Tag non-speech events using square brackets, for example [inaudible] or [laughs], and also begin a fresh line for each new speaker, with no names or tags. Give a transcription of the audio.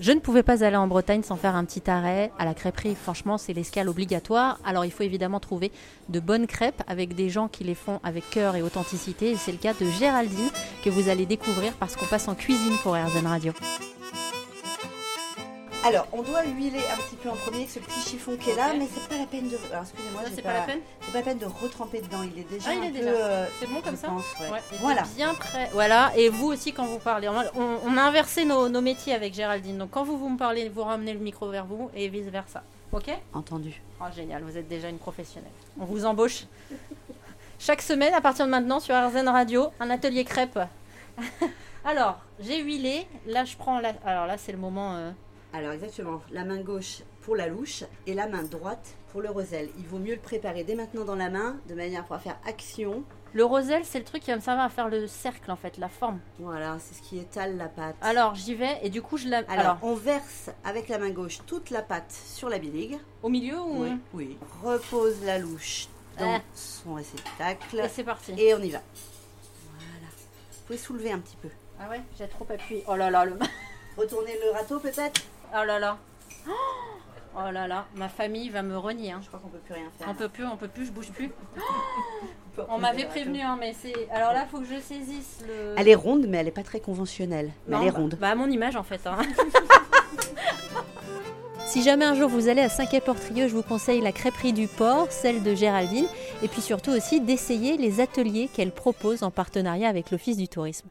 Je ne pouvais pas aller en Bretagne sans faire un petit arrêt à la crêperie. Franchement, c'est l'escale obligatoire. Alors, il faut évidemment trouver de bonnes crêpes avec des gens qui les font avec cœur et authenticité. Et c'est le cas de Géraldine que vous allez découvrir parce qu'on passe en cuisine pour RZN Radio.
Alors, on doit huiler un petit peu en premier avec ce petit chiffon qui est là,
Ok.
mais c'est pas la peine de. Alors, excusez-moi,
Ça,
j'ai
c'est pas la peine
c'est pas la peine de retremper dedans. Il est déjà
Ah, il
un
est
peu.
déjà.
euh,
C'est bon comme
je
ça
pense, ouais.
Ouais, il était
Voilà.
Bien prêt.
Voilà, et vous aussi quand vous parlez. On, on a inversé nos, nos métiers avec Géraldine. Donc quand vous, vous me parlez, vous ramenez le micro vers vous et vice-versa. Ok
Entendu.
Oh, Génial, vous êtes déjà une professionnelle. On vous embauche. [laughs] Chaque semaine, à partir de maintenant, sur RZN Radio, un atelier crêpe. [laughs] Alors, j'ai huilé. Là, je prends la... Alors là, c'est le moment... euh,
Alors, exactement. La main gauche pour la louche et la main droite pour le roselle. Il vaut mieux le préparer dès maintenant dans la main, de manière à pouvoir faire action.
Le roselle, c'est le truc qui va me servir à faire le cercle, en fait, la forme.
Voilà, c'est ce qui étale la pâte.
Alors, j'y vais et du coup, je la...
Alors, on verse avec la main gauche toute la pâte sur la biligre.
au milieu ou...
Oui. Repose la louche dans
Ah.
son réceptacle.
Et c'est parti.
Et on y va. Voilà. Vous pouvez soulever un petit peu.
Ah ouais, j'ai trop appuyé. Oh là là, le...
Retourner le râteau peut-être
[laughs] Oh là là. Oh là là, ma famille va me renier. hein.
Je crois qu'on peut plus rien faire.
On peut plus, on peut plus, je bouge plus.
peut
On m'avait prévenu, hein, mais c'est. Alors là, faut que je saisisse le.
Elle est ronde, mais elle n'est pas très conventionnelle. Mais
Non,
elle est
bah-
ronde.
Bah, à mon image, en fait. hein. [laughs] Si jamais un jour vous allez à Saint-Quay-Portrieux, je vous conseille la crêperie du port, celle de Géraldine, et puis surtout aussi d'essayer les ateliers qu'elle propose en partenariat avec l'Office du tourisme.